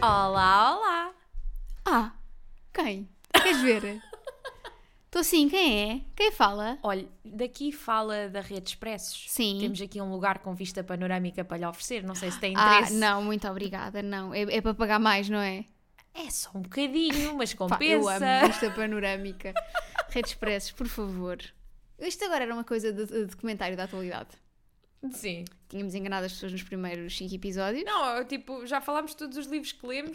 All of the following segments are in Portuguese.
Olá, olá. Ah, quem? Queres ver? Estou assim, quem é? Quem fala? Olha, daqui fala da Rede Expressos. Sim. Temos aqui um lugar com vista panorâmica para lhe oferecer. Não sei se tem Ah, interesse. não, muito obrigada, não. É, é para pagar mais, não é? É só um bocadinho, mas Pá, eu compensa. amo vista panorâmica. Redes Expressos, por favor. Isto agora era uma coisa de, de documentário da atualidade. Sim. Tínhamos enganado as pessoas nos primeiros 5 episódios. Não, eu, tipo, já falámos todos os livros que lemos.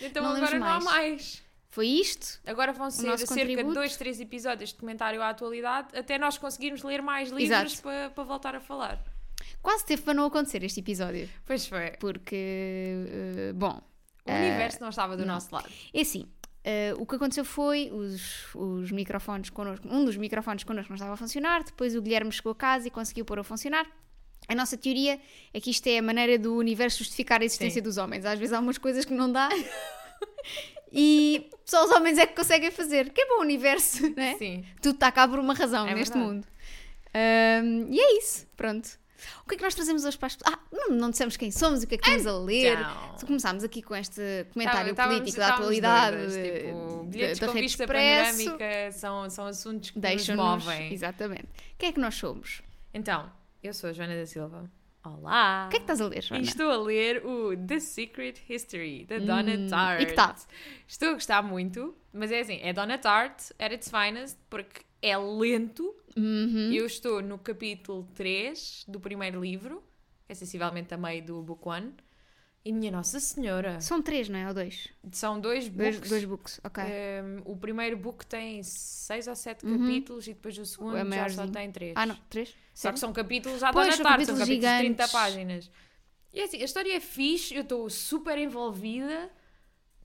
Então Não lemos agora não há mais. Foi isto? Agora vão ser nosso cerca de contributo. dois, três episódios de comentário à atualidade, até nós conseguirmos ler mais livros Exato. para, para voltar a falar. Quase teve para não acontecer este episódio. Pois foi. Porque, eh, bom, O universo não estava do não. nosso lado. É assim, eh, o que aconteceu foi os, os microfones connosco, um dos microfones connosco não estava a funcionar, depois o Guilherme chegou a casa e conseguiu pôr a funcionar. A nossa teoria é que isto é a maneira do universo justificar a existência Sim. dos homens. Às vezes há umas coisas que não dá e só os homens é que conseguem fazer. Que é bom o universo, né? Sim. Tudo está cá por uma razão É neste verdade. mundo. Ahm, e é isso, pronto. O que é que nós trazemos hoje para as pessoas? Ah, não, não dissemos quem somos, o que é que estamos a ler. Então. Se começámos aqui com este Tava- comentário távamos- político da estávamos atualidade, doidas, tipo, bilhetes da, da com Rede vista Expresso, panorâmica são, são assuntos que nos deixam-nos. movem. Exatamente. Quem é que nós somos? Então, eu sou a Joana da Silva. Olá! O que é que estás a ler, Joana? E estou a ler o The Secret History, da Donna Hum, Tartt. e que tal? Estou a gostar muito, mas é assim, é Donna Tartt at its finest, porque é lento. Uhum. Hum? Eu estou no capítulo 3 do primeiro livro, que é sensivelmente a meio do book one. E minha Nossa Senhora, São três, não é? Ou dois? são dois Dois books. dois books, ok. Uhum. Um, o primeiro book tem seis ou sete capítulos e depois o segundo É já só maiorzinho. tem três. ah, não, três? Só que são capítulos à Pois, Dona são Tarde, são capítulos capítulos de 30 gigantes. páginas. E assim, a história é fixe, eu estou super envolvida,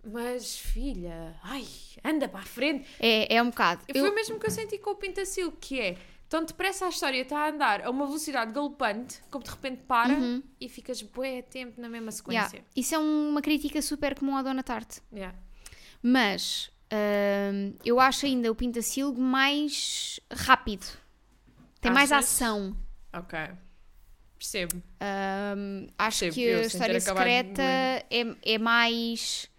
mas filha, ai, anda para a frente. É, é um bocado. E Eu- Foi o mesmo que eu senti com o Pintacil, que é tão depressa a história está a andar a uma velocidade galopante, como de repente para e ficas bué a tempo na mesma Uhum. yeah, sequência. Isso é uma crítica super comum à Dona Tarte. Yeah. Mas ahm, eu acho ainda o Pintacilgo mais rápido. Tem mais Achas? ação. Ok. Percebo. Ahm, acho Percebo, que eu, a sem ter história acabado de secreta é, é mais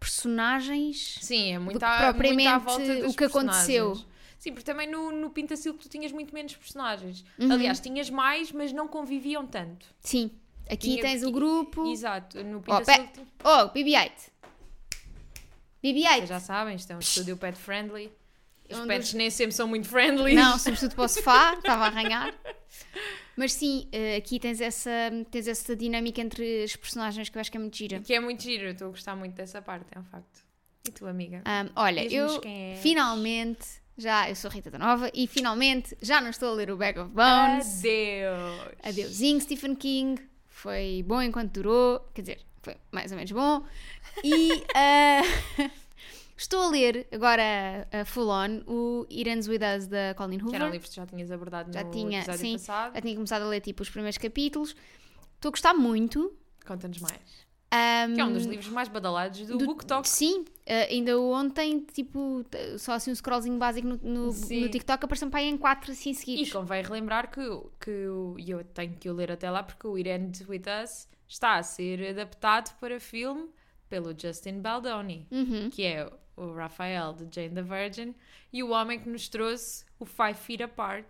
personagens. Sim, é muito que à, propriamente muito à volta dos o que aconteceu. personagens. Sim, porque também no, no Pintacil tu tinhas muito menos personagens. Uhum. Aliás, tinhas mais, mas não conviviam tanto. Sim. Aqui Tinha- tens o grupo. Exato, no pé. Pintacil ti- Oh, BB-8. Vocês BB-8. já sabem, isto é um estúdio pet friendly. Os Um pets nem sempre são muito friendly. Não, sobretudo para o sofá, estava a arranhar. Mas sim, eh, aqui tens essa, tens essa dinâmica entre as personagens que eu acho que é muito gira. Que é muito giro, eu estou a gostar muito dessa parte, é um facto. E tu, amiga? Ahm, olha, Diz-nos eu quem é? és. finalmente, já, eu sou Rita da Nova e finalmente já não estou a ler o Bag of Bones. Adeus! Adeusinho, Stephen King. Foi bom enquanto durou, quer dizer, foi mais ou menos bom. E ah, estou a ler agora a full on o Irans With Us da Colin Que era um Hoover. livro que tu já tinhas abordado Já no tinha, episódio sim, passado. já tinha começado a ler tipo os primeiros capítulos. Estou a gostar muito. Conta-nos mais. Ahm, Que é um dos livros mais badalados do, Book Talk. Sim, ah, ainda ontem, tipo, t- só assim um scrollzinho básico no, no, Sim. no TikTok apareceu para aí em quatro assim seguidos. E convém relembrar que, o- que o- e eu tenho que o ler até lá porque o It Ends With Us está a ser adaptado para filme pelo Justin Baldoni, Uhum. que é o Rafael de Jane the Virgin e o homem que nos trouxe o Five Feet Apart,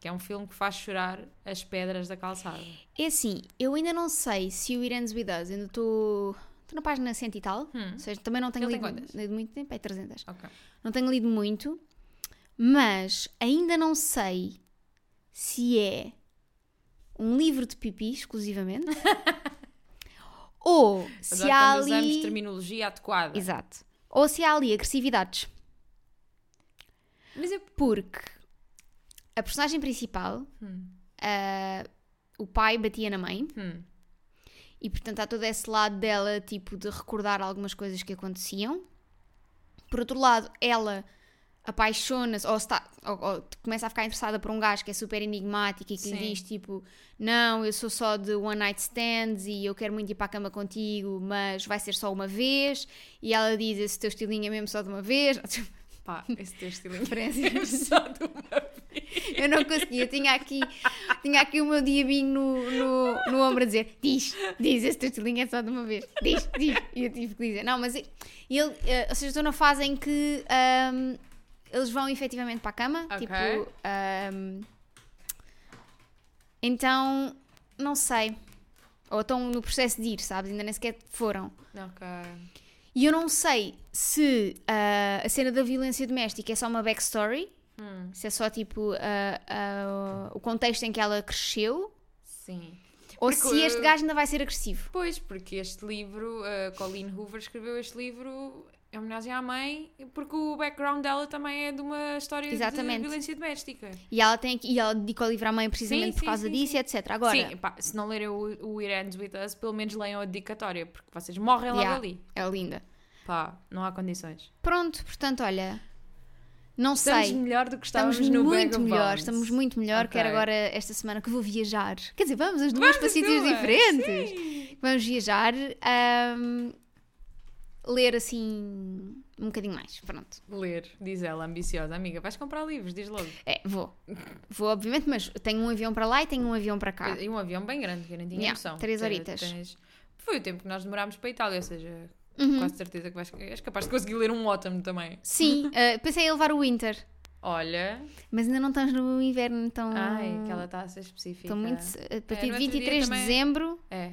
que é um filme que faz chorar as pedras da calçada. É assim, eu ainda não sei se o It Ends With Us, ainda estou estou na página cento e tal, ou seja, também não tenho Hum. Ele lido, tem quantas? lido muito tempo, é 300. Ok. Não tenho lido muito, mas ainda não sei se é um livro de pipi exclusivamente ou se Adoro há quando usamos ali... terminologia adequada. Exato. Ou se há ali agressividades. Mas eu... Porque a personagem principal, ah, o pai batia na mãe. Hum. E portanto há todo esse lado dela, tipo, de recordar algumas coisas que aconteciam. Por outro lado, ela apaixona-se ou, está- ou- ou começa a ficar interessada por um gajo que é super enigmático e que Sim. lhe diz tipo: Não, eu sou só de one night stands e eu quero muito ir para a cama contigo, mas vai ser só uma vez. E ela diz: Esse teu estilinho é mesmo só de uma vez. Pá, esse teu estilo é Referências. só de uma vez. Eu não conseguia, tinha aqui, tinha aqui o meu diabinho no, no, no ombro a dizer: diz, diz, esse tortilinho é só de uma vez, diz, diz. E eu tive que dizer: não, mas e- ele, eh, ou seja, estou na fase em que ahm, eles vão efetivamente para a cama, Ok. tipo. ahm, então, não sei. Ou estão no processo de ir, sabes? Ainda nem sequer foram. Ok. E eu não sei se ah, a cena da violência doméstica é só uma backstory, Hum. se é só tipo ah, ah, o contexto em que ela cresceu, Sim. ou Porque se este eu- gajo ainda vai ser agressivo. Pois, porque este livro, a Colleen Hoover escreveu este livro em homenagem à mãe, porque o background dela também é de uma história Exatamente. de violência doméstica. E ela tem aqui, e ela dedicou o livro à mãe precisamente Sim, por sim, causa sim, disso, sim. e etc. Agora, Sim, pá, se não lerem o, o It Ends With Us, pelo menos leiam a dedicatória, porque vocês morrem logo Yeah. ali. é linda. Pá, não há condições. Pronto, portanto, olha, não Estamos sei. melhor do que Estamos estávamos no Bag muito of melhor, Bones. estamos muito melhor. Ok. Quero agora esta semana que vou viajar. Quer dizer, vamos as duas para sítios duas, diferentes. Vamos viajar, ahm, ler assim um bocadinho mais. Pronto. Ler, diz ela, ambiciosa. Amiga, vais comprar livros, diz logo. É, vou. Vou, obviamente, mas tenho um avião para lá e tenho um avião para cá. E um avião bem grande, que eu nem tinha Yeah, noção. três Te- horitas. tens- Foi o tempo que nós demorámos para a Itália, ou seja, Uhum. quase certeza que vais... és capaz de conseguir ler um autumn também. Sim, ah, pensei em levar o winter, Olha, mas ainda não estamos no inverno, então. ai, que ela está a ser específica. Estou muito. A partir no outro dia de 23 de também- dezembro. É.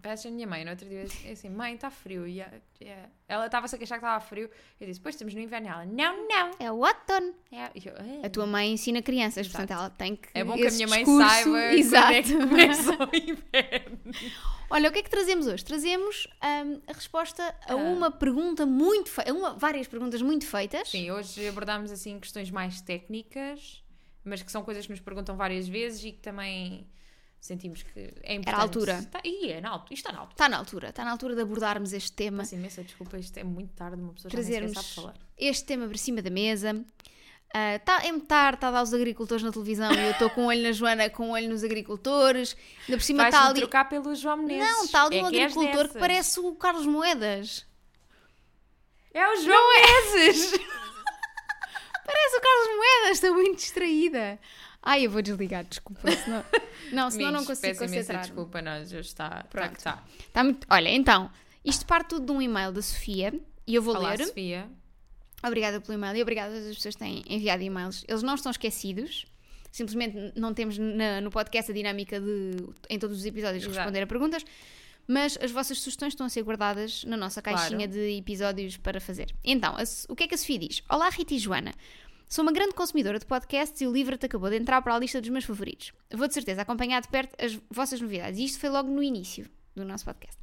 Parece a minha mãe, no outro dia, disse assim, mãe, está frio. E a- e a- Ela estava-se a queixar que estava frio. Eu disse, pois, estamos no inverno. E ela, não, não. É o outono. É, e eu, A "Ah." tua mãe ensina crianças, portanto ela tem que. É bom que a esse minha mãe discurso- saiba quando é Exato. que começa o inverno. Olha, o que é que trazemos hoje? Trazemos ahm, a resposta a Ah. uma pergunta muito feita, várias perguntas muito feitas. Sim, hoje abordámos assim questões mais técnicas, mas que são coisas que nos perguntam várias vezes e que também sentimos que é importante. altura. Está, e é na altura. Isto está na altura. Está Tá na altura, está na altura de abordarmos este tema, Peço imensa desculpa, isto é muito tarde, uma pessoa já nem sequer trazermos sabe falar. este tema para cima da mesa. Ah, tá, é muito tarde, está a dar os agricultores na televisão e eu estou com o olho na Joana, com o olho nos agricultores. Ainda por cima Vais-me está ali. trocar pelo João Menezes. Não, está ali É um que és agricultor que dessas. parece o Carlos Moedas. É o João Menezes! Parece o Carlos Moedas, estou muito distraída. Ai, eu vou desligar, desculpa. Senão, não, senão não Amigos, consigo peço imensa concentrar. desculpa, nós já está. está Pronto. que está. Tá muito... Olha, então, isto parte tudo de um e-mail da Sofia e eu vou Olá, ler. Sofia. Obrigada pelo e-mail e obrigada a todas as pessoas que têm enviado e-mails. Eles não estão esquecidos. Simplesmente n- não temos na- no podcast a dinâmica de, em todos os episódios, Exato. responder a perguntas, mas as vossas sugestões estão a ser guardadas na nossa caixinha de episódios para fazer. Então, a S- o que é que a Sofia diz? Olá, Rita e Joana. Sou uma grande consumidora de podcasts e o livro-te acabou de entrar para a lista dos meus favoritos. Vou de certeza acompanhar de perto as vossas novidades e isto foi logo no início do nosso podcast.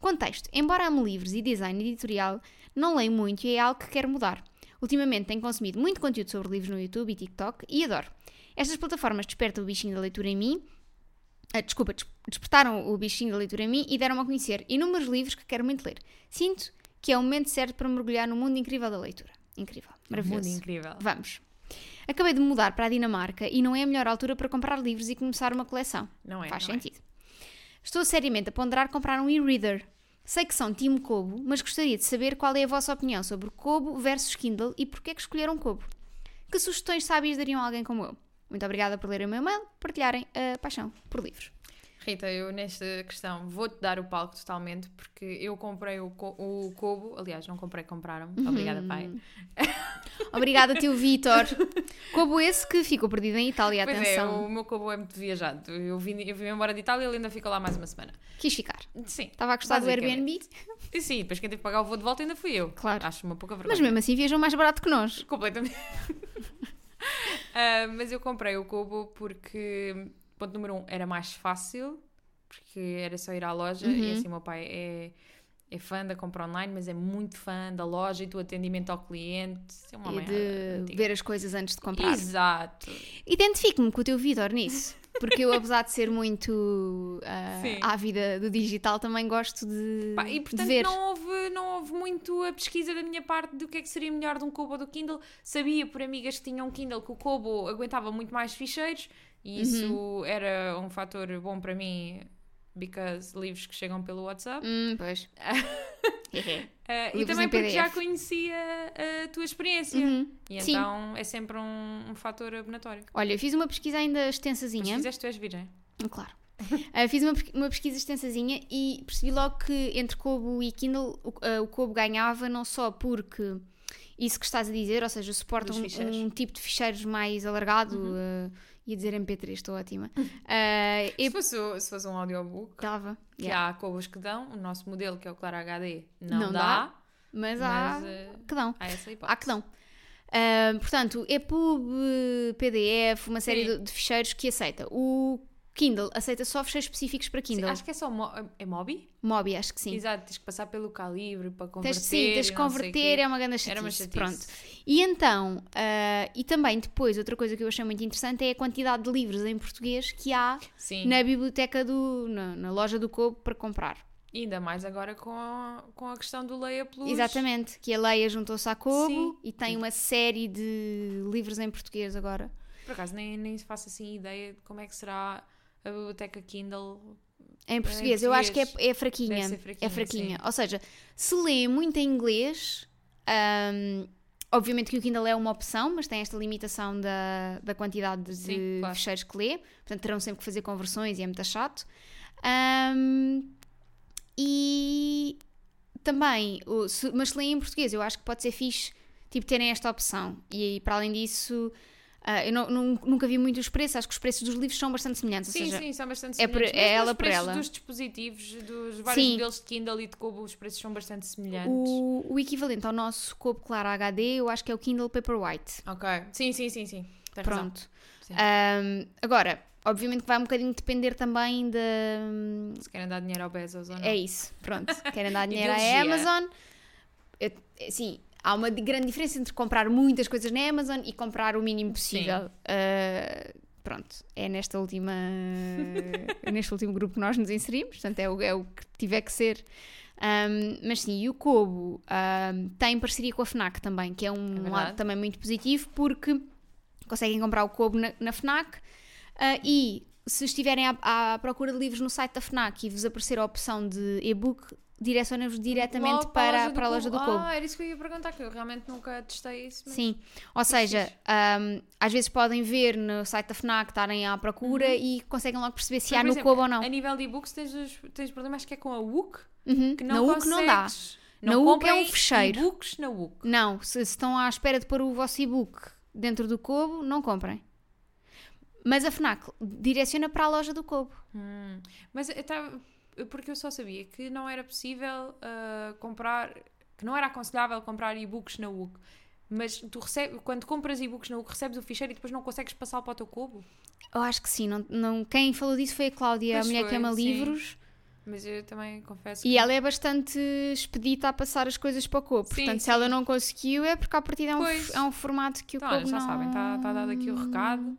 Contexto. Embora ame livros e design editorial, não leio muito e é algo que quero mudar. Ultimamente tenho consumido muito conteúdo sobre livros no YouTube e TikTok e adoro. Estas plataformas despertam o bichinho da leitura em mim. ah, desculpa, des- despertaram o bichinho da leitura em mim e deram-me a conhecer inúmeros livros que quero muito ler. Sinto que é o momento certo para mergulhar no mundo incrível da leitura. Incrível. Muito Maravilhoso. incrível. Vamos. Acabei de me mudar para a Dinamarca e não é a melhor altura para comprar livros e começar uma coleção. Não é? Faz não é. sentido. Estou seriamente a ponderar comprar um e-reader. Sei que são time Kobo, mas gostaria de saber qual é a vossa opinião sobre Kobo versus Kindle e porquê é que escolheram Kobo. Que sugestões sábias dariam a alguém como eu? Muito obrigada por lerem o meu e-mail, partilharem a paixão por livros. Rita, eu nesta questão vou-te dar o palco totalmente porque eu comprei o, co o Kobo, aliás, não comprei, compraram. Uhum. Obrigada, pai. Obrigada, tio Vitor. Kobo esse que ficou perdido em Itália, Pois é, atenção. o meu Kobo é muito viajado. Eu vim, eu vim embora de Itália e ele ainda ficou lá mais uma semana. Quis ficar. Sim. Estava a gostar do basicamente. Airbnb, E sim, depois quem teve que pagar o voo de volta ainda fui eu. Claro. Acho uma pouca vergonha. mas mesmo assim viajou mais barato que nós. Completamente. Ah, mas eu comprei o cubo porque, ponto número um, era mais fácil, porque era só ir à loja Uhum. e assim o meu pai é, é fã da compra online, mas é muito fã da loja e do atendimento ao cliente. É uma E merda. de antiga. ver as coisas antes de comprar. Exato. Identifico-me com o teu Vitor nisso, porque eu, apesar de ser muito ah, Sim. ávida do digital, também gosto de, Pá, e de portanto ver. não houve, não houve muito a pesquisa da minha parte do que é que seria melhor de um Kobo ou do Kindle. Sabia por amigas que tinham um Kindle que o Kobo aguentava muito mais ficheiros Uhum. e isso era um fator bom para mim, because livros que chegam pelo WhatsApp. Hum, pois. Ah, e Livros também em porque PDF. já conhecia a tua experiência. Uhum. E Sim. então é sempre um, um fator abonatório. Olha, eu fiz uma pesquisa ainda Mas extensazinha. Hum, fizeste, tu és virgem. Claro. Ah, fiz uma, pe- uma pesquisa extensazinha e percebi logo que entre Kobo e Kindle o, ah, o Kobo ganhava não só porque isso que estás a dizer, ou seja, suporta Dos um, ficheiros. Uhum. um tipo de ficheiros mais alargado, ah, ia dizer MP3, estou ótima. Ah, Se e fosse, se fosse um audiobook, dava, que yeah. há cobos que dão, o nosso modelo, que é o Claro HD, não, Não dá, mas há mas eh, que dão. há essa hipótese. Há que não. Ah, portanto, EPUB, PDF, uma série Sim. de, de ficheiros que aceita. O Kindle aceita só ficheiros específicos para Sim, Kindle. acho que é só mo é Mobi? Mobi, acho que sim. Exato, tens que passar pelo calibre para converter. Tens, sim, tens e de não sei o converter, quê. é uma grande chatice. Era uma chatice. Pronto. E então, ah, e também depois, outra coisa que eu achei muito interessante é a quantidade de livros em português que há Sim, na biblioteca do. na, na loja do Cobo para comprar. E ainda mais agora com a, com a questão do Leia Plus. Exatamente, que a Leia juntou-se à Cobo Sim. e tem uma série de livros em português agora. Por acaso, nem, nem faço assim ideia de como é que será a biblioteca Kindle. Em português, eu acho que português. é, é Deve fraquinha. ser É fraquinha, fraquinha. Ou seja, se lê muito em inglês, hum, obviamente que o Kindle é uma opção, mas tem esta limitação da, da quantidade de Sim, claro. fecheiros que lê. Portanto, terão sempre que fazer conversões e é muito chato. Hum, e também, o- se- mas se lê em português, eu acho que pode ser fixe tipo, terem esta opção. E aí, para além disso. ah, eu não- nun- nunca vi muito os preços, acho que os preços dos livros são bastante semelhantes. Sim, ou seja, sim, são bastante é por- semelhantes. é Mesmo ela os por preços ela. dos dispositivos, dos vários Sim. modelos de Kindle e de Kobo, os preços são bastante semelhantes. O, o equivalente ao nosso Kobo Claro HD, eu acho que é o Kindle Paperwhite. Ok. Sim, sim, sim, sim. Tem razão. Pronto. Sim. Ahm, agora, obviamente que vai um bocadinho depender também da. Se querem dar dinheiro ao Bezos ou não. É isso, pronto. Querem dar dinheiro à Ideologia. Amazon. Eu, sim, há uma di- grande diferença entre comprar muitas coisas na Amazon e comprar o mínimo possível. Ah, pronto, é nesta última. neste último grupo que nós nos inserimos, portanto é o, é o que tiver que ser. Ahm, mas sim, e o Kobo ahm, tem parceria com a FNAC também, que é um verdade. lado também muito positivo, porque conseguem comprar o Kobo na, na FNAC ah, e se estiverem à, à procura de livros no site da FNAC e vos aparecer a opção de e-book, direciona-vos diretamente Logo para, para a loja do Kobo. Kobo. Ah, era isso que eu ia perguntar, que eu realmente nunca testei isso. Mas... Sim, ou seja, ahm, às vezes podem ver no site da FNAC, estarem à procura e conseguem logo perceber se Uhum. Mas, por há no exemplo, Kobo ou não. A nível de e-books tens, os- tens problemas que é com a WUC, Uhum. que na não UC não dá. consegues. Na Não UC é um comprem fecheiro. e-books na WUC. Não, se, se estão à espera de pôr o vosso e-book dentro do Kobo, não comprem. Mas a FNAC direciona para a loja do Kobo. Hum, Mas eu estava. Porque eu só sabia que não era possível ah, comprar. Que não era aconselhável comprar e-books na UC. Mas tu recebe, quando compras e-books na UC, recebes o ficheiro e depois não consegues passar para o teu cubo. Eu acho que sim, não, não- quem falou disso foi a Cláudia, Pois a mulher que foi, ama sim. livros. Mas eu também confesso E que. ela é bastante expedita a passar as coisas para o Cobo. Sim, Portanto, se sim. ela não conseguiu, é porque a partida é um, Pois. é um formato que o Então, Cobo olha, já não... sabem, está tá dado aqui o recado.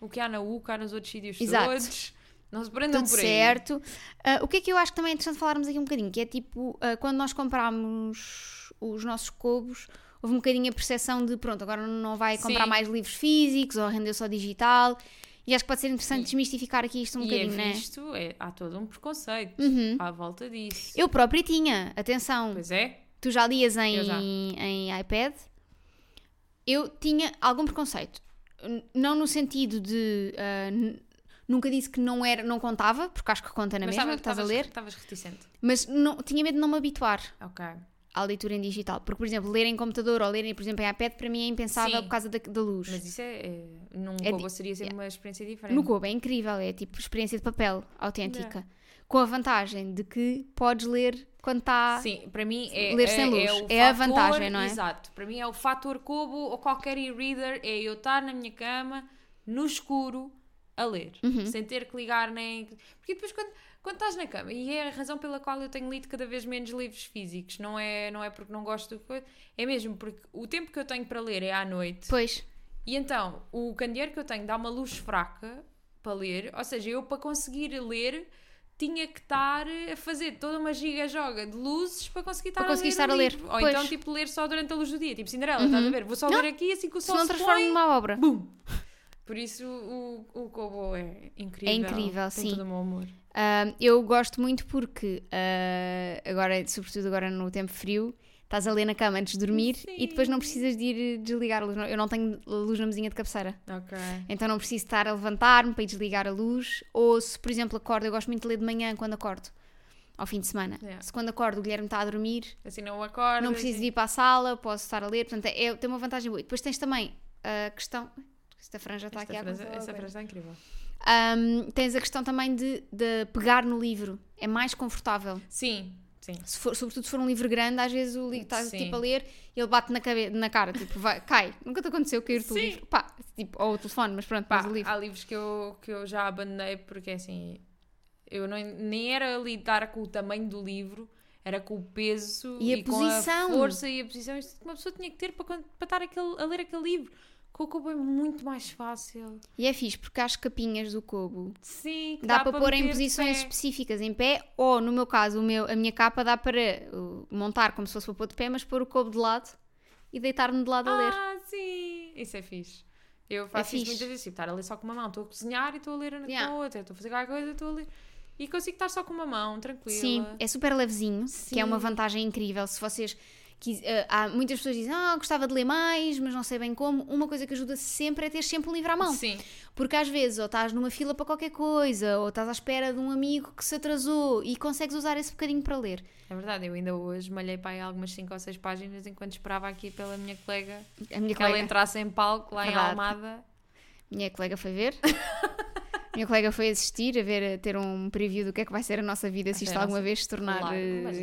O que há na UC, há nos outros sítios Exato. todos. Não se prendam Tudo por aí. certo. Ah, o que é que eu acho que também é interessante falarmos aqui um bocadinho, que é tipo, ah, quando nós comprámos os nossos cobos, houve um bocadinho a percepção de, pronto, agora não vai comprar Sim. mais livros físicos ou rendeu só digital. E acho que pode ser interessante desmistificar aqui isto um e é bocadinho, não é? visto, é, há todo um preconceito Uhum. à volta disso. Eu própria tinha, atenção. Pois é, Tu já lias Eu em, já. em iPad? Eu tinha algum preconceito. N- Não no sentido de. ah, n- nunca disse que não era, não contava, porque acho que conta na mas mesma, tava- estás a tavas- ler. Estavas reticente. Mas não, tinha medo de não me habituar Ok. à leitura em digital. Porque, por exemplo, ler em computador ou ler, por exemplo, em iPad, para mim é impensável Sim. por causa da, da luz. Mas isso é. é num É robô di- seria sempre uma experiência diferente. No Kobo é incrível, é tipo experiência de papel autêntica. Com a vantagem de que podes ler quando tá está. Sim, para mim é, Ler sem luz. o É a fator- vantagem, não é? Exato. Para mim é o fator cubo ou qualquer e-reader é eu estar na minha cama, no escuro, a ler. Uhum. Sem ter que ligar nem... Porque depois quando, quando estás na cama, e é a razão pela qual eu tenho lido cada vez menos livros físicos, não é, não é porque não gosto do coisa, é mesmo porque o tempo que eu tenho para ler é à noite. Pois, E então, o candeeiro que eu tenho dá uma luz fraca para ler, ou seja, eu para conseguir ler tinha que estar a fazer toda uma giga-joga de luzes para conseguir estar, Para conseguir a, ler estar um a ler, livro. Ou pois. então, tipo, ler só durante a luz do dia, tipo Cinderela, estás a ver? Vou só ler aqui assim que o se sol não se, transforma põe. numa obra. Bum! Por isso, o, o Kobo é incrível. É incrível, Tem sim. todo o meu amor. Ah, eu gosto muito porque, ah, agora, sobretudo agora no tempo frio, estás a ler na cama antes de dormir e depois não precisas de ir eh, desligar a luz. Eu não tenho luz na mesinha de cabeceira. Ok. Então não preciso estar a levantar-me para ir desligar a luz. Ou se, por exemplo, acordo, eu gosto muito de ler de manhã quando acordo, ao fim de semana. Yeah. Se quando acordo o Guilherme está a dormir, Assim não acordas. não preciso de ir para a sala, posso estar a ler. Portanto, é, tem uma vantagem boa. E depois tens também a questão. Esta franja está Esta tá aqui frase, à consola essa agora. frase está incrível. Ahm, Tens a questão também de, de pegar no livro. É mais confortável. Sim, sim. Se for- sobretudo se for um livro grande, às vezes o livro estás Sim. tipo a ler e ele bate na, cabe- na cara, tipo, vai- cai. Nunca te aconteceu cair-te o Sim. livro. Pá, tipo, ou o telefone, mas pronto, Pá, mas o livro. há livros que eu, que eu já abandonei porque assim eu não, nem era lidar com o tamanho do livro, era com o peso E a posição. com a força e a posição isto que uma pessoa tinha que ter para, quando- para estar aquele- a ler aquele livro. Com o cubo é muito mais fácil. E é fixe, porque há as capinhas do cubo. Sim, que Dá, para pôr em meter de posições pé. específicas, em pé, ou no meu caso, o meu, a minha capa dá para uh, montar como se fosse para pôr de pé, mas pôr o cubo de lado e deitar-me de lado a ler. É Ah, sim! Isso é fixe. Eu faço isso fixe. muitas vezes, tipo, estar a ler só com uma mão. Estou a cozinhar e estou a ler na Yeah. com a outra. Estou a fazer qualquer coisa, estou a ler. E consigo estar só com uma mão, tranquila. Sim, é super levezinho, que é uma Sim. vantagem incrível. Se vocês. quis- eh, há muitas pessoas que dizem, ah, gostava de ler mais, mas não sei bem como. Uma coisa que ajuda sempre é ter sempre um livro à mão. Sim. Porque às vezes ou estás numa fila para qualquer coisa, ou estás à espera de um amigo que se atrasou e consegues usar esse bocadinho para ler. É verdade, eu ainda hoje malhei para aí algumas 5 ou 6 páginas enquanto esperava aqui pela minha colega A minha que ela colega, entrasse em palco lá Verdade. em Almada. minha colega foi ver. minha colega foi assistir, a ver, a ter um preview do que é que vai ser a nossa vida Até se isto a alguma nossa- vez se tornar. Claro, eh, mas,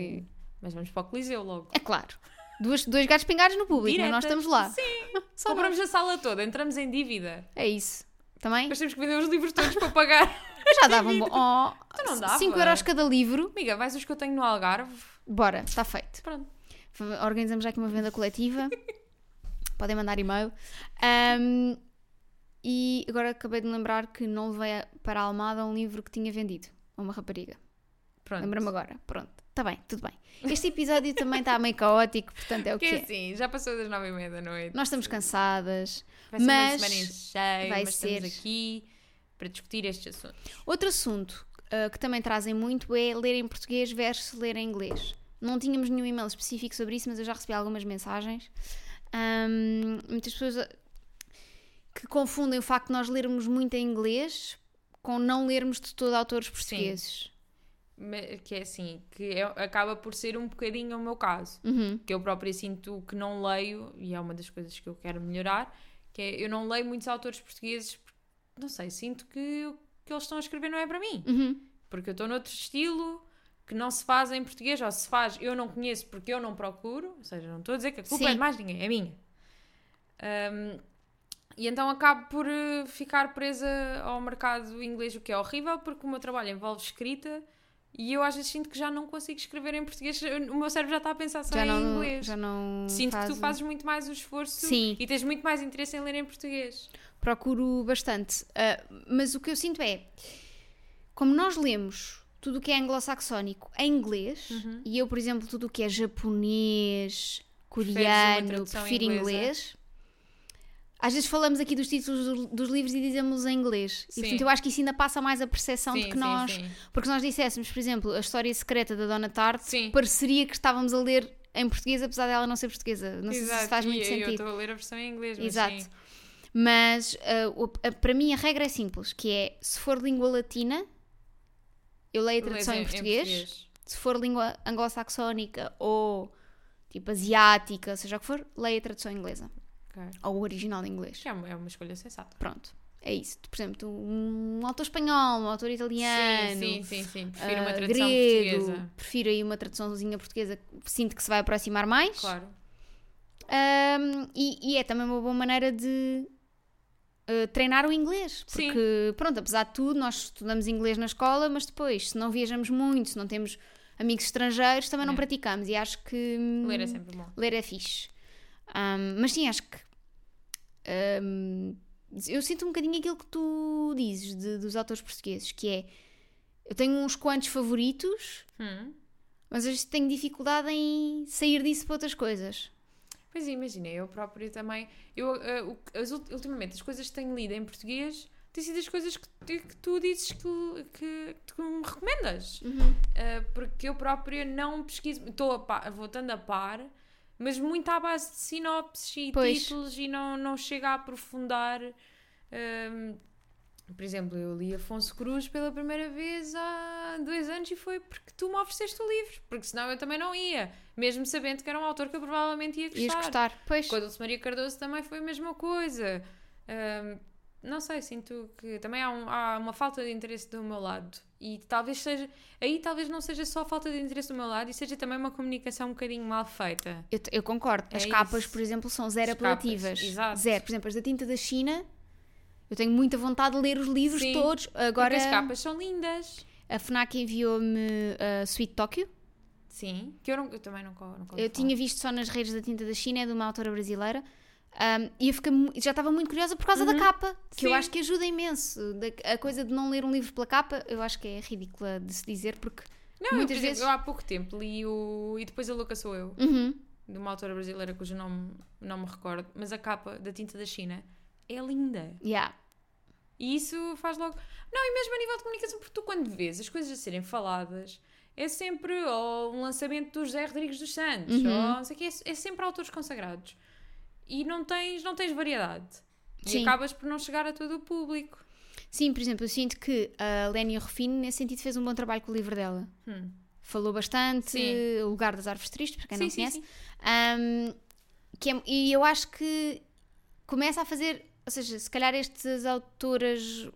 mas vamos para o Coliseu logo. É claro. Duas, dois gatos pingados no público, mas nós Diretas. estamos lá. Sim, compramos a sala toda, entramos em dívida. É isso. Também? Depois temos que vender os livros todos para pagar. Eu já dava um bom. Oh, não dava. 5 euros cada livro. Amiga, vais os que eu tenho no Algarve. Bora, está feito. Pronto. F- Organizamos já aqui uma venda coletiva. Podem mandar e-mail. Ahm, e agora acabei de lembrar que não levei a- para a Almada um livro que tinha vendido. a Uma rapariga. Pronto. Lembra-me agora. Pronto. Está bem, tudo bem. Este episódio também está meio caótico, portanto é o que Porque é. assim, já passou das nove e meia da noite. Nós estamos cansadas. Vai ser mas uma semana em cheio, vai mas estamos ser. aqui para discutir este assunto. Outro assunto ah, que também trazem muito é ler em português versus ler em inglês. Não tínhamos nenhum e-mail específico sobre isso, mas eu já recebi algumas mensagens. Ahm, muitas pessoas ah, que confundem o facto de nós lermos muito em inglês com não lermos de todo autores portugueses. Mas- Que é assim, que é- acaba por ser um bocadinho o meu caso. Uhum. que eu própria sinto que não leio, e é uma das coisas que eu quero melhorar, que é eu não leio muitos autores portugueses, porque, não sei, sinto que o que eles estão a escrever não é para mim, Uhum. porque eu estou noutro estilo que não se faz em português, ou se faz, eu não conheço porque eu não procuro, ou seja, não estou a dizer que a culpa Sim. é de mais ninguém, é minha. Ahm, e então acabo por eh, ficar presa ao mercado inglês, o que é horrível, porque o meu trabalho envolve escrita. E eu às vezes sinto que já não consigo escrever em português, o meu cérebro já está a pensar só Já, em não, inglês. já não. Sinto que tu fazes- fazes muito mais o esforço Sim. e tens muito mais interesse em ler em português. procuro bastante. Ah, mas o que eu sinto é, como nós lemos tudo o que é anglo-saxónico em inglês, Uhum. e eu, por exemplo, tudo o que é japonês, uma coreano, tradução prefiro inglesa? inglês. Às vezes falamos aqui dos títulos do- dos livros e dizemos em inglês. E Sim. portanto eu acho que isso ainda passa mais a percepção Então, de Sim, que sim, nós. sim. Porque se nós dissessemos, por exemplo, a história secreta da Dona Tarte, Sim. pareceria que estávamos a ler em português, apesar dela não ser portuguesa. Não sei se isso Exato, faz e é muito eu- Eu sentido. estou a ler a versão em inglês, mas Exato. sim. Mas ah, o- a- para mim a regra é simples, que é se for língua latina, eu leio a tradução Lês em, português. Se for língua anglo-saxónica ou tipo asiática, seja o que for, leio a tradução inglesa Ok. ou o original em inglês. Que É uma, é uma escolha sensata. Pronto, é isso. Por exemplo, um autor espanhol, um autor italiano, sim, sim, sim, sim. Prefiro uma ah, tradução grego, portuguesa. prefiro aí uma traduçãozinha portuguesa que sinto que se vai aproximar mais. Claro. Um, e, e é também uma boa maneira de uh, treinar o inglês. Sim. Porque, pronto, apesar de tudo, nós estudamos inglês na escola, mas depois, se não viajamos muito, se não temos amigos estrangeiros, também não É. praticamos. E acho que. hum, Ler é sempre bom. ler é fixe. Um, mas sim, acho que. um, eu sinto um bocadinho aquilo que tu dizes de- dos autores portugueses, que é. Eu tenho uns quantos favoritos, Hum. mas às vezes tenho dificuldade em sair disso para outras coisas. Pois é, imagina, eu própria também. Eu, eh, o- as, ult- ultimamente, as coisas que tenho lido em português, tem sido as coisas que, tu- que tu dizes que, que, que tu me recomendas. Uh, porque eu própria não pesquiso, estou a pa- voltando a par, mas muito à base de sinopses e Pois. títulos e não, não chego a aprofundar. um, por exemplo, eu li Afonso Cruz pela primeira vez há dois anos e foi porque tu me ofereceste o livro, porque senão eu também não ia, mesmo sabendo que era um autor que eu provavelmente ia Ias gostar. gostar. Pois. Com a Dulce Maria Cardoso também foi a mesma coisa. Ahm, não sei, sinto que também há, um- há uma falta de interesse do meu lado. E talvez seja. Aí talvez não seja só falta de interesse do meu lado e seja também uma comunicação um bocadinho mal feita. Eu, eu concordo. As É capas, isso. por exemplo, são zero As capas, apelativas. exato. Zero. Por exemplo, as da Tinta da China, eu tenho muita vontade de ler os livros Sim, todos. Agora... Agora, Porque as capas são lindas. a FNAC enviou-me a Sweet Tokyo. Sim. Que eu, não- eu também não co- nunca ouvi falar. Eu tinha visto só nas redes da Tinta da China, é de uma autora brasileira. Ahm, e eu fiquei mu- já estava muito curiosa por causa da capa, que eu Uhum. Sim. acho que ajuda imenso. Da- a coisa de não ler um livro pela capa, eu acho que é ridícula de se dizer, porque Não, eu, por muitas exemplo, vezes. eu há pouco tempo li o. E depois a Louca Sou Eu, Uhum. de uma autora brasileira cujo nome não me recordo, mas a capa da tinta da China é linda. Yeah. E isso faz logo. Não, e mesmo a nível de comunicação, porque tu quando vês as coisas a serem faladas, é sempre ou um lançamento do José Rodrigues dos Santos, Uhum. ou não sei o quê, é, é sempre autores consagrados. E não tens, não tens variedade. Sim. E acabas por não chegar a todo o público. Sim, por exemplo, eu sinto que a Lénia Rufino, nesse sentido, fez um bom trabalho com o livro dela. Hum. Falou bastante, Sim. O Lugar das Árvores Tristes, para quem não Sim, conhece. sim, sim. Ahm, que é- e eu acho que começa a fazer, ou seja, se calhar estas autoras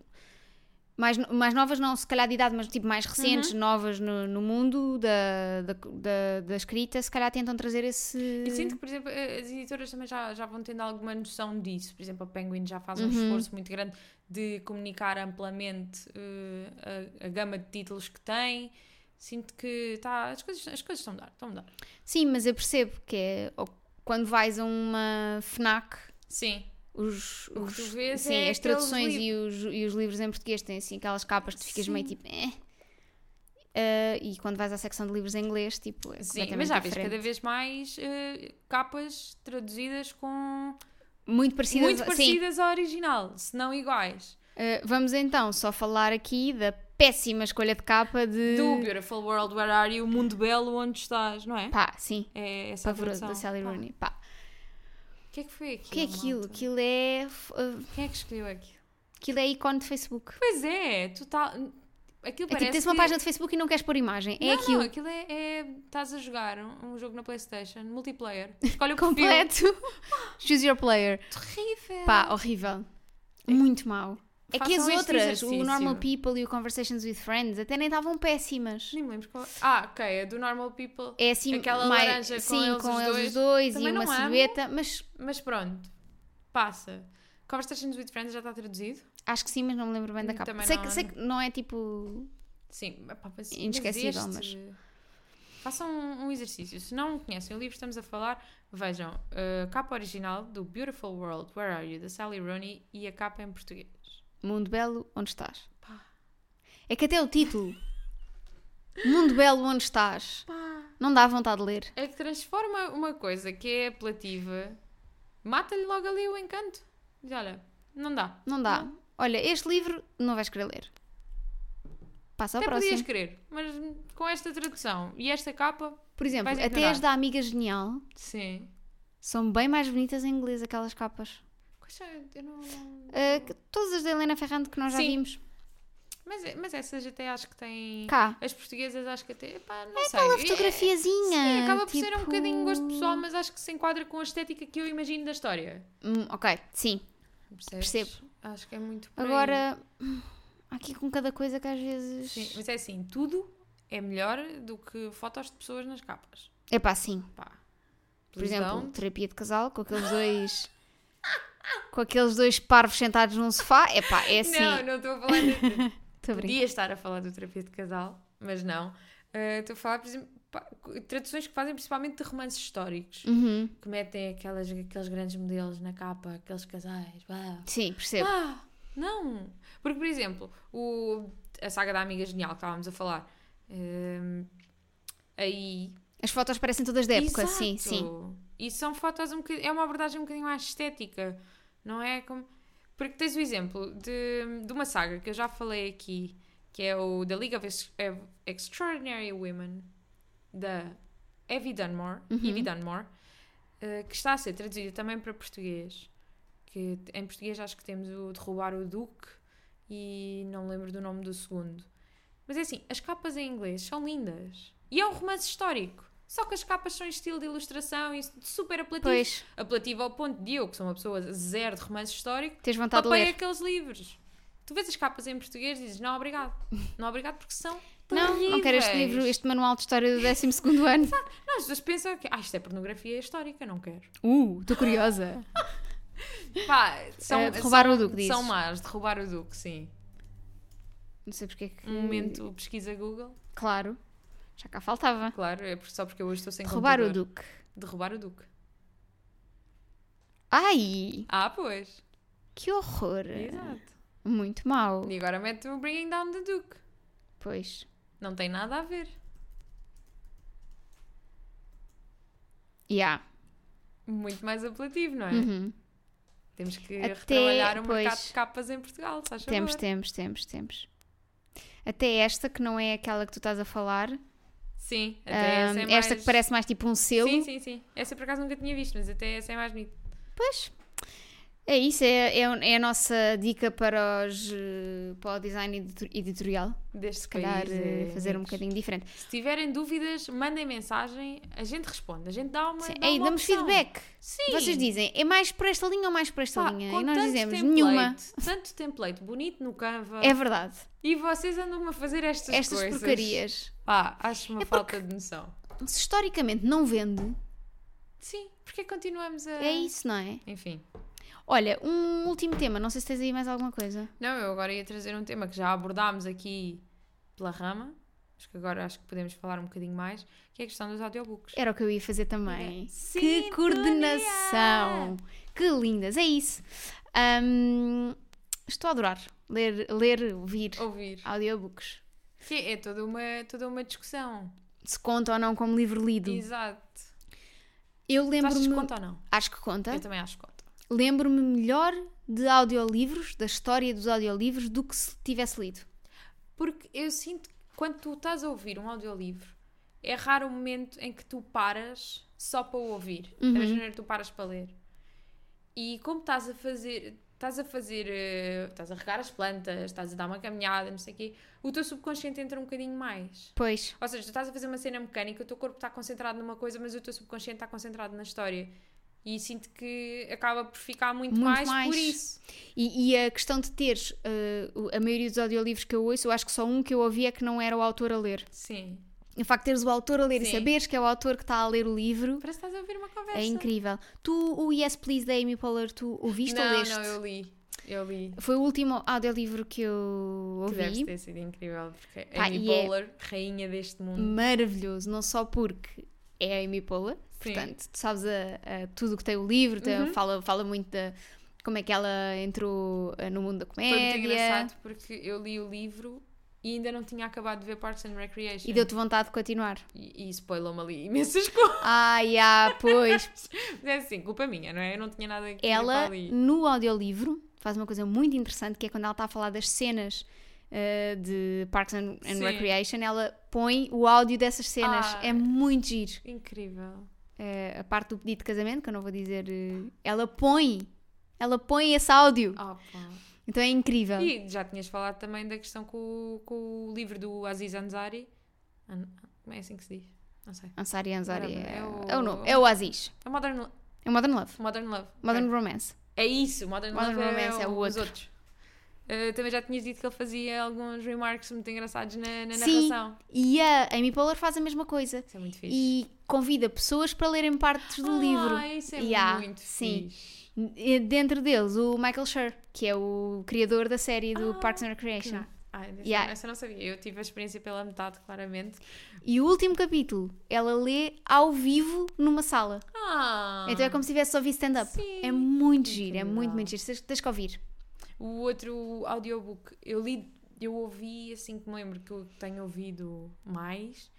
mais, no- mais novas, não se calhar de idade, mas tipo mais Uhum. recentes, novas no, no mundo da, da, da, da escrita, se calhar tentam trazer esse. Eu sinto que, por exemplo, eh, as editoras também já, já vão tendo alguma noção disso. Por exemplo, a Penguin já faz um Uhum. esforço muito grande de comunicar amplamente eh, a, a gama de títulos que tem. Sinto que tá, as, coisas, as coisas estão a mudar, estão a mudar. Sim, mas eu percebo que é ou quando vais a uma FNAC. Sim. Os, O que os- tu vês sim, é as traduções aqueles e os, e os livros em português têm assim aquelas capas que tu ficas Sim. meio tipo. "Eh". Ah, e quando vais à secção de livros em inglês, tipo, é Sim, completamente mas já vês diferente. cada vez mais eh, capas traduzidas com Muito parecidas. muito sim. parecidas à original, se não iguais. Ah, vamos então só falar aqui da péssima escolha de capa de. Do Beautiful World Where Are You, Mundo Belo, onde estás, não é? Pá, sim. É essa a Pavoroso da tradução. Sally Pá, Rooney. Pá. O que é que foi aquilo? O que é aquilo? malta? Aquilo é. f- ah, Quem é que escolheu aquilo? Aquilo é ícone de Facebook. Pois é, total. Aquilo É parece. tipo, tens uma que- página de Facebook e não queres pôr imagem. Não, é aquilo. Não, aquilo é, é- Estás a jogar um, um jogo na PlayStation, multiplayer. Escolhe o perfil. Completo. Choose your player. Terrível. Pá, horrível. Muito mau. É que as Façam este outras, o exercício. Normal People e o Conversations with Friends, até nem estavam péssimas. Nem me lembro qual. Ah, ok, é do Normal People. É assim, Aquela mais- laranja com sim, eles com os eles dois. os dois e Também uma não amo. silhueta, mas Mas pronto, passa. Conversations with Friends já está traduzido? acho que sim, mas não me lembro bem da Hum, capa. também Sei, não que, amo. sei que não é tipo. Sim, epá, mas, Inesquecível, mas, este- Façam um, um exercício. Se não conhecem o livro que estamos a falar, vejam a capa original do Beautiful World, Where Are You, da Sally Rooney, e a capa em português. Mundo Belo, onde estás? Pá. É que até o título. Mundo Belo, onde estás? Não dá vontade de ler. É que transforma uma coisa que é apelativa, mata-lhe logo ali o encanto. Diz, olha, não dá. Não dá. Olha, este livro não vais querer ler. Passa ao Até próximo. podias querer, mas com esta tradução e esta capa, Por exemplo, vais até ignorar. as da Amiga Genial sim. são bem mais bonitas em inglês, aquelas capas. Coisa, eu não... Ah, que- todas as da Helena Ferrante que nós já Sim. vimos. Mas, é, mas essas até acho que têm. Cá. As portuguesas acho que até. Pá, não sei. Aquela É- fotografiazinha. Sim, acaba por ser um tipo- bocadinho gosto pessoal, mas acho que se enquadra com a estética que eu imagino da história. Hum, ok, sim. Percebes? Percebo. Acho que é muito por aí. Agora, hum, há aqui com cada coisa que às vezes. Sim, mas é assim, tudo é melhor do que fotos de pessoas nas capas. É pá, sim. Pá. Por exemplo, terapia de casal com aqueles dois. com aqueles dois parvos sentados num sofá. É pá, é assim. Não, não estou a falar de... Estou a brincar. Podia estar a falar do terapia de casal, mas não. Ah, Estou a falar, por exemplo, pá, traduções que fazem principalmente de romances históricos. Uhum. Que metem aquelas, aqueles grandes modelos na capa, aqueles casais. Uau. Sim, percebo. Ah, não! Porque, por exemplo, o, a saga da Amiga Genial que estávamos a falar, hum, aí. As fotos parecem todas da época, sim, Exato! Tipo, sim. E são fotos um bocadinho. É uma abordagem um bocadinho mais estética, não é? Como, Porque tens o exemplo de, de uma saga que eu já falei aqui, que é o The League of Ex- Ev- Extraordinary Women, da Evie Dunmore, Uhum. Evie Dunmore eh, que está a ser traduzida também para português. Que em português acho que temos o Derrubar o Duque e não me lembro do nome do segundo. Mas é assim, as capas em inglês são lindas. E é um romance histórico. Só que as capas são em estilo de ilustração e super apelativo. Pois, Apelativo ao ponto de eu, que sou uma pessoa zero de romance histórico, tens vontade papei de ler. aqueles livros. Tu vês as capas em português e dizes não obrigado. Não obrigado porque são Não, não quero este terríveis. livro, este manual de história do 12 ano. Não, as pessoas pensam que ah, isto é pornografia histórica, não quero. Uh, estou curiosa. Pá, são, Eh, derrubar são- o Duque, São dizes. más, derrubar o Duque, sim. Não sei porque é que. Um momento, pesquisa Google. Claro, já cá faltava. Claro, é por- só porque eu hoje estou sem Derrubar o computador. Duque. Derrubar o Duque. Ai, Ah, pois. que horror. Exato. Muito mau. E agora mete o Bringing Down the Duke. Pois. Não tem nada a ver. Yeah. Muito mais apelativo, não é? Uhum. Temos que Até, retrabalhar o mercado pois. de capas em Portugal, se Temos, temos, temos, temos. Até esta, que não é aquela que tu estás a falar. Sim, até Ahm, essa é mais... Esta que parece mais tipo um selo. Sim, sim, sim. Essa por acaso nunca tinha visto, mas até essa é mais bonita. Pois. É isso, é, é, é a nossa dica para, os, eh, para o design edito- editorial. Deste Se calhar país, eh, é fazer um amigos. bocadinho diferente. Se tiverem dúvidas, mandem mensagem, a gente responde, a gente dá uma. Sim, dá Ei, é uma damos opção. feedback. Sim. Vocês dizem, é mais por esta linha ou mais por esta Pá, linha? com E nós tanto dizemos, template, nenhuma. Tanto template bonito no Canva. É verdade. E vocês andam a fazer estas, Estas coisas. porcarias. Pá, acho uma É porque- falta de noção. Se historicamente não vende, Sim, porque continuamos a. é isso, não é? Enfim. Olha, um último tema, não sei se tens aí mais alguma coisa. Não, eu agora ia trazer um tema que já abordámos aqui pela rama, mas que agora acho que podemos falar um bocadinho mais, que é a questão dos audiobooks. Era o que eu ia fazer também. É. Sintonia! Que coordenação! Que lindas, é isso. Ahm, estou a adorar ler, ler ouvir Ouvir. audiobooks. Que é toda uma, toda uma discussão. Se conta ou não como livro lido. Exato. Eu Tu achas que lembro-me. conta ou não? Acho que conta. Eu também acho que conta. Lembro-me melhor de audiolivros, da história dos audiolivros, do que se tivesse lido. Porque eu sinto que quando tu estás a ouvir um audiolivro, é raro o momento em que tu paras só para o ouvir. Uhum. Da mesma maneira que tu paras para ler. E como estás a fazer, estás a fazer, eh, estás a regar as plantas, estás a dar uma caminhada, não sei o quê, o teu subconsciente entra um bocadinho mais. Pois. Ou seja, tu estás a fazer uma cena mecânica, o teu corpo está concentrado numa coisa, mas o teu subconsciente está concentrado na história. E sinto que acaba por ficar muito, Muito mais, mais. por isso. E, e a questão de teres eh, o- a maioria dos audiolivros que eu ouço, eu acho que só um que eu ouvi é que não era o autor a ler. Sim. E O facto de teres o autor a ler e Sim. saberes que é o autor que está a ler o livro Parece que estás a ouvir uma conversa. é incrível. Tu, o Yes Please da Amy Poehler, tu ouviste ou Não, leste? não, eu li. Eu li. Foi o último audiolivro que eu Que deve ouvi. ter sido incrível, porque Pá, Amy e é- Poehler, rainha deste mundo. Maravilhoso, não só porque é a Amy Poehler, Sim. Uhum. portanto, tu sabes a, a tudo o que tem o livro, tem- fala, fala muito da como é que ela entrou eh, no mundo da Foi muito comédia engraçado porque eu li o livro e ainda não tinha acabado de ver Parks and Recreation. e deu-te vontade de continuar. E, e spoilou-me ali imensas coisas. Ai, ah, pois. É assim, culpa minha, não é? Eu não tinha nada que Ela, ali. no audiolivro, faz uma coisa muito interessante que é quando ela está a falar das cenas eh, de Parks and, and Sim. Recreation, ela põe o áudio dessas cenas. Ah. É muito giro. Incrível. Eh, a parte do pedido de casamento, que eu não vou dizer. eh, ela põe. Ela põe esse áudio. Ah, pá. Então é incrível. E já tinhas falado também da questão com, o- com o livro do Aziz Ansari. An- Como é assim que se diz? Não sei. Ansari Ansari Whatever, é, é o- é o nome. É o Aziz. É Modern, Lo- É o Modern Love. Modern Love. Modern Romance. É isso, Modern, Modern Love Romance é, é o o- os outro. outros. Uh, também já tinhas dito que ele fazia alguns remarks muito engraçados na, na Sim. narração. E a Amy Poehler faz a mesma coisa. Isso é muito fixe. E convida pessoas para lerem partes do ah, livro. Isso é Yeah, muito sim. fixe. E Dentro deles, o Michael Schur, que é o criador da série do Ah, Parks and Que Recreation. não- Ah, essa, Yeah. essa eu não sabia. Eu tive a experiência pela metade, claramente. E o último capítulo, ela lê ao vivo numa sala. Ah! Então é como se tivesse ouvido stand-up. Sim. É muito giro, é Incrível. muito, muito giro. Tens, tens que ouvir. O outro audiobook, eu li, eu ouvi, assim que me lembro que eu tenho ouvido mais.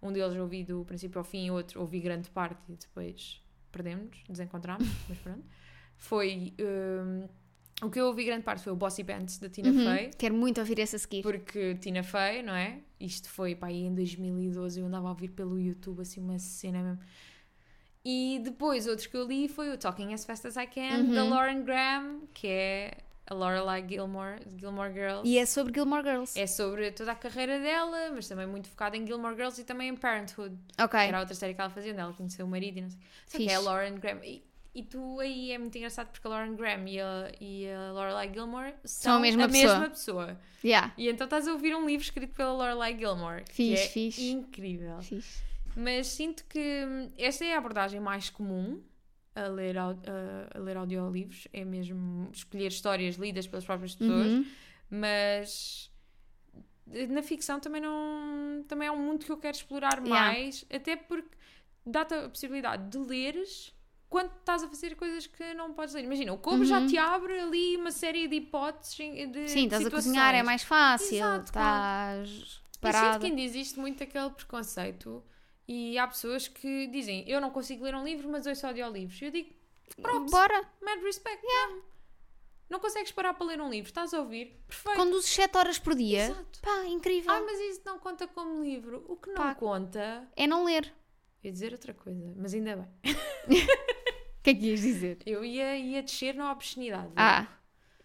Um deles eu ouvi do princípio ao fim, outro ouvi grande parte e depois perdemos, desencontramos, mas pronto. Foi hum, O que eu ouvi grande parte foi o Bossy Pants da Tina Uhum. Fey, Quero muito ouvir esse a seguir. porque Tina Fey, não é? Isto foi para aí em 2012, eu andava a ouvir pelo YouTube assim uma cena mesmo. E depois outros que eu li foi o Talking as Fast as I Can da Uhum. Lauren Graham, que é a Lorelai Gilmore, Gilmore Girls. E é sobre Gilmore Girls. É sobre toda a carreira dela, mas também muito focada em Gilmore Girls e também em Parenthood, Ok. que era a outra série que ela fazia, onde ela conheceu o marido e não sei. Só que Fixe. é a Lauren Graham. E, e tu aí é muito engraçado porque a Lauren Graham e a, e a Lorelai Gilmore são, a mesma pessoa. pessoa. Yeah. E então estás a ouvir um livro escrito pela Lorelai Gilmore. que Fixe, é fixe. incrível. Fixe. Mas sinto que hum, esta é a abordagem mais comum a ler, au- a, a ler audiolivros, é mesmo escolher histórias lidas pelas próprias pessoas Uhum. mas eh, na ficção também não também é um mundo que eu quero explorar Yeah. mais até porque dá-te a possibilidade de leres quando estás a fazer coisas que não podes ler imagina, o couve já te abre ali uma série de hipóteses em- de Uhum. Sim, estás a situações. cozinhar, é mais fácil. Exato, assim, estás Eu sinto parado. é que ainda existe muito aquele preconceito e há pessoas que dizem eu não consigo ler um livro, mas ouço audiolivros eu digo, props, Bora. mad respect não. não consegues parar para ler um livro, estás a ouvir perfeito, Conduzes 7 horas por dia. Exato. Pá, incrível. Ah, mas isso não conta como livro. O que não Pá. conta. É não ler. Eu ia dizer outra coisa, mas ainda bem. O que é que ias dizer? Eu ia, ia descer na obscenidade. Ah,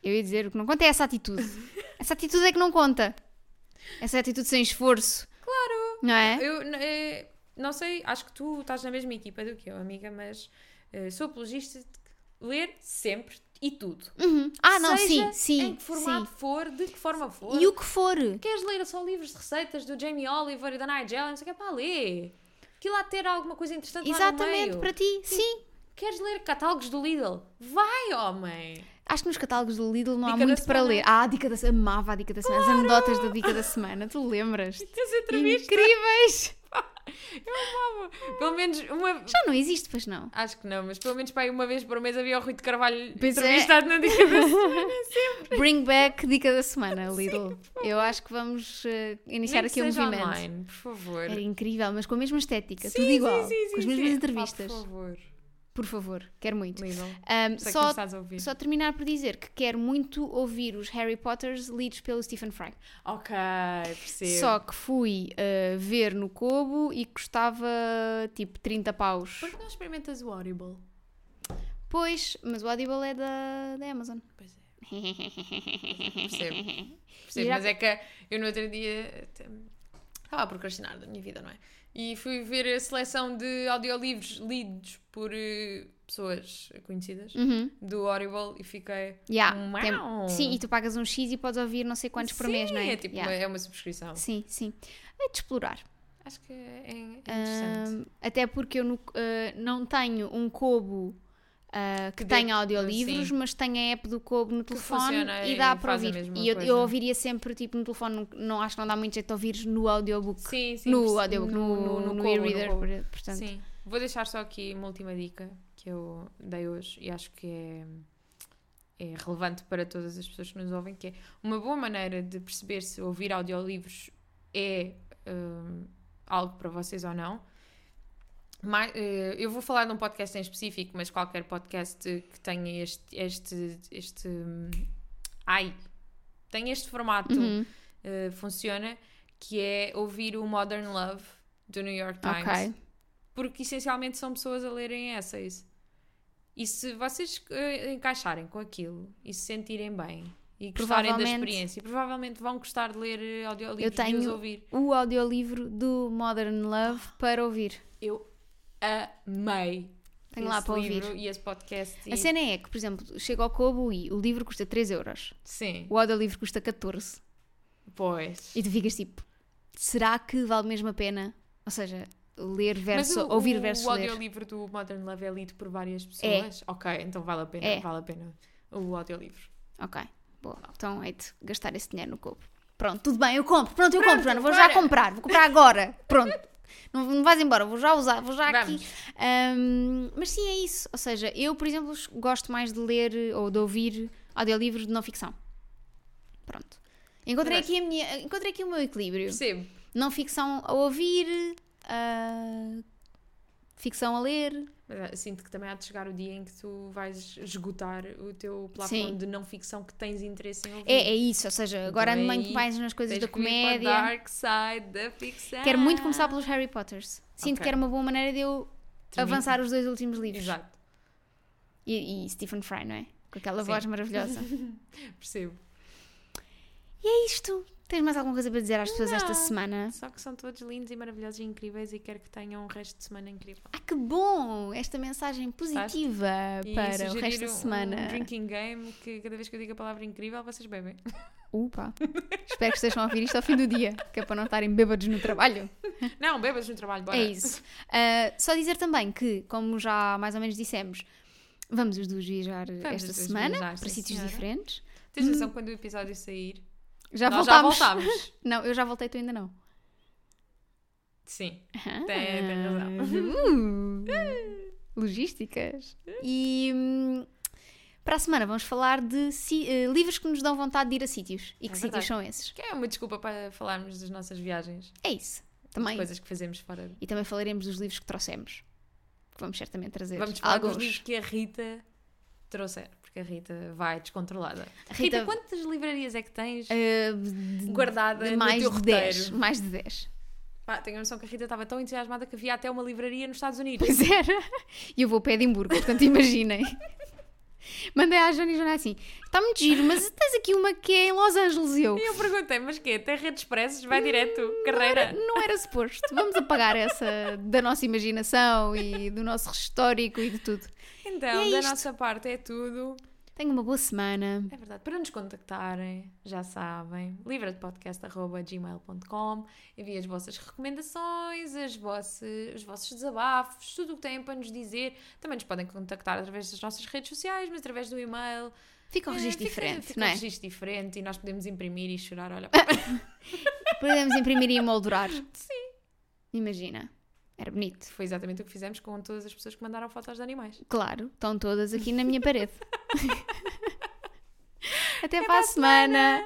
eu ia dizer o que não conta é essa atitude. Essa atitude é que não conta. Essa atitude sem esforço. Claro. Não é? Eu n- eh, não sei, acho que tu estás na mesma equipa do que eu, amiga, mas eh, sou apologista de ler sempre e tudo. Uhum. Ah, não, Seja sim, sim. Em que formato sim. for, de que forma for. E o que for. Queres ler só livros de receitas do Jamie Oliver e da Nigel? Não sei o que, pá, lê. Que lá ter alguma coisa interessante lá no Exatamente, meio. para ti. Sim. Queres ler catálogos do Lidl? Vai, homem! Acho que nos catálogos do Lidl não Dica há da muito para semana. ler. Ah, a dica da semana. Amava a dica da semana. As anedotas da dica da semana. Tu lembras? Tens entrevista? Incríveis! Pelo menos uma. Já não existe, pois não. Acho que não, mas pelo menos para aí uma vez por mês havia o Rui de Carvalho Pois é. entrevistado na dica da semana. Bring back dica da semana, Lidl. Eu acho que vamos eh, iniciar Nem que aqui um seja movimento. online, por favor. Era incrível, mas com a mesma estética, Sim, tudo igual, sim, sim, com as sim, mesmas sim. entrevistas. Pá, por favor, Por favor, quero muito. Lidl. Sei Ahm, que me só, estás a ouvir. só terminar por dizer que quero muito ouvir os Harry Potters lidos pelo Stephen Fry. Ok, percebo. Só que fui ah, ver no Cobo e custava tipo 30 paus. Por que não experimentas o Audible? Pois, mas o Audible é da, da Amazon. Pois é. Percebo. E Percebo, já- mas é que eu no outro dia até- estava a procrastinar da minha vida, não é? E fui ver a seleção de audiolivros lidos por eh, pessoas conhecidas Uhum. do Audible e fiquei. Yeah, tem- Uau! sim, e tu pagas um X e podes ouvir não sei quantos por mês, não é? tipo Yeah. uma, é uma subscrição. Sim, sim. É de explorar. Acho que é é interessante. Ahm, até porque eu no- ah, não tenho um Kobo ah, que, Que dê- tenha audiolivros, sim. mas tenho a app do Kobo no telefone funciona e e dá para faz a ouvir. mesma E eu, coisa. eu ouviria sempre tipo no telefone, não, não acho que não dá muito jeito de ouvires no audiobook. sim, sim. no perce- audiobook, no, no, Kobo, e-reader, Kobo. por- portanto. Sim. Vou deixar só aqui uma última dica que eu dei hoje e acho que é, é relevante para todas as pessoas que nos ouvem, que é uma boa maneira de perceber se ouvir audiolivros é hum, algo para vocês ou não. Mai- eh, eu vou falar de um podcast em específico, mas qualquer podcast eh, que tenha este, este, este hum, ai, tem este formato Uhum. eh, funciona, que é ouvir o Modern Love do New York Times Ok. porque essencialmente são pessoas a lerem essays. E se vocês eh, encaixarem com aquilo e se sentirem bem e gostarem da Provavelmente. experiência, provavelmente vão gostar de ler eh, audiolivros Eu e os tenho- ouvir. O audiolivro do Modern Love para ouvir. Eu amei. Tenho lá esse para livro ouvir. E esse podcast. A e- cena é que, por exemplo, chego ao Kobo e o livro custa 3 euros. Sim, O audiolivro custa 14. pois. E tu ficas tipo, será que vale mesmo a pena? Ou seja, ler versus, Mas o, ouvir o- versus o ler. audiolivro do Modern Love é lido por várias pessoas. Ok, então vale a pena, É. vale a pena o audiolivro. Ok, boa. Então é de gastar esse dinheiro no copo. Pronto, tudo bem, eu compro. Pronto, eu compro, Ana. Vou já bora. comprar. Vou comprar agora. Pronto. Não, não vais embora, vou já usar, vou já aqui. Vamos. Ahm, mas sim, é isso. Ou seja, eu, por exemplo, gosto mais de ler eh, ou de ouvir audiolivros de não ficção. Pronto. Encontrei Mas- aqui, a minha, encontrei aqui o meu equilíbrio. Percebo. não ficção a ouvir, ah, ficção a ler. Mas ah, sinto que também há de chegar o dia em que tu vais esgotar o teu plafond Sim. de não ficção que tens interesse em ouvir. É, é isso, ou seja, agora Então ando aí muito mais nas coisas Tens da que ir para o comédia. dark side da ficção. Quero muito começar pelos Harry Potters. Sinto Ok. que era uma boa maneira de eu Também- avançar os dois últimos livros. Exato, E, e Stephen Fry, não é? Com aquela Sim. voz maravilhosa. percebo. e é isto. Tens mais alguma coisa para dizer às pessoas esta Não. semana? Só que são todos lindos e maravilhosos e incríveis e quero que tenham um resto de semana incrível. Ah, que bom! Esta mensagem positiva E para o sugerir resto da um- semana. Um drinking game que cada vez que eu digo a palavra incrível vocês bebem. Upa! Espero que estejam a ouvir isto ao fim do dia, que é para não estarem bêbados no trabalho. Não, bebas no trabalho, bora. É isso. Ah, só dizer também que, como já mais ou menos dissemos, vamos os dois viajar esta os dois semana viajar, para sim, sítios senhora. diferentes. Tens noção quando o episódio sair? Já nós voltámos. já voltámos. Não, eu já voltei, tu ainda não. Sim, tem, tem razão. Ah, Uh, logísticas. E hum, para a semana vamos falar de si- eh, livros que nos dão vontade de ir a sítios. E que É sítios verdade. são esses? Que é uma desculpa para falarmos das nossas viagens. É isso. Também. Coisas que fazemos fora. E também falaremos dos livros que trouxemos. Que vamos certamente trazer. Vamos falar alguns. dos livros que a Rita trouxe, porque a Rita vai descontrolada. A Rita, Rita- quantas livrarias é que tens Eh, de- guardada de no mais teu de 10. roteiro? Mais de 10. Pá, tenho a noção que a Rita estava tão entusiasmada que havia até uma livraria nos Estados Unidos. Pois era. E eu vou para Edimburgo, portanto imaginem. Mandei à Joana e a Joana assim: está muito giro, mas tens aqui uma que é em Los Angeles. E eu, E eu perguntei, mas quê? Tem redes expressos? Vai direto, Hum. carreira. não era suposto. Vamos apagar essa da nossa imaginação e do nosso histórico e de tudo. Então, E é da isto. nossa parte é tudo. Tenha uma boa semana. É verdade. Para nos contactarem, já sabem, livradepodcast.gmail.com Enviem as vossas recomendações, as vossas, os vossos desabafos, tudo o que têm para nos dizer. Também nos podem contactar através das nossas redes sociais, mas através do e-mail. Fica o É, registro fica- diferente, fica não um é? registro diferente e nós podemos imprimir e chorar. Olha, Podemos imprimir e emoldurar. Sim. Imagina. Era bonito. foi exatamente o que fizemos com todas as pessoas que mandaram fotos de animais. Claro, estão todas aqui na minha parede. Até, para a semana.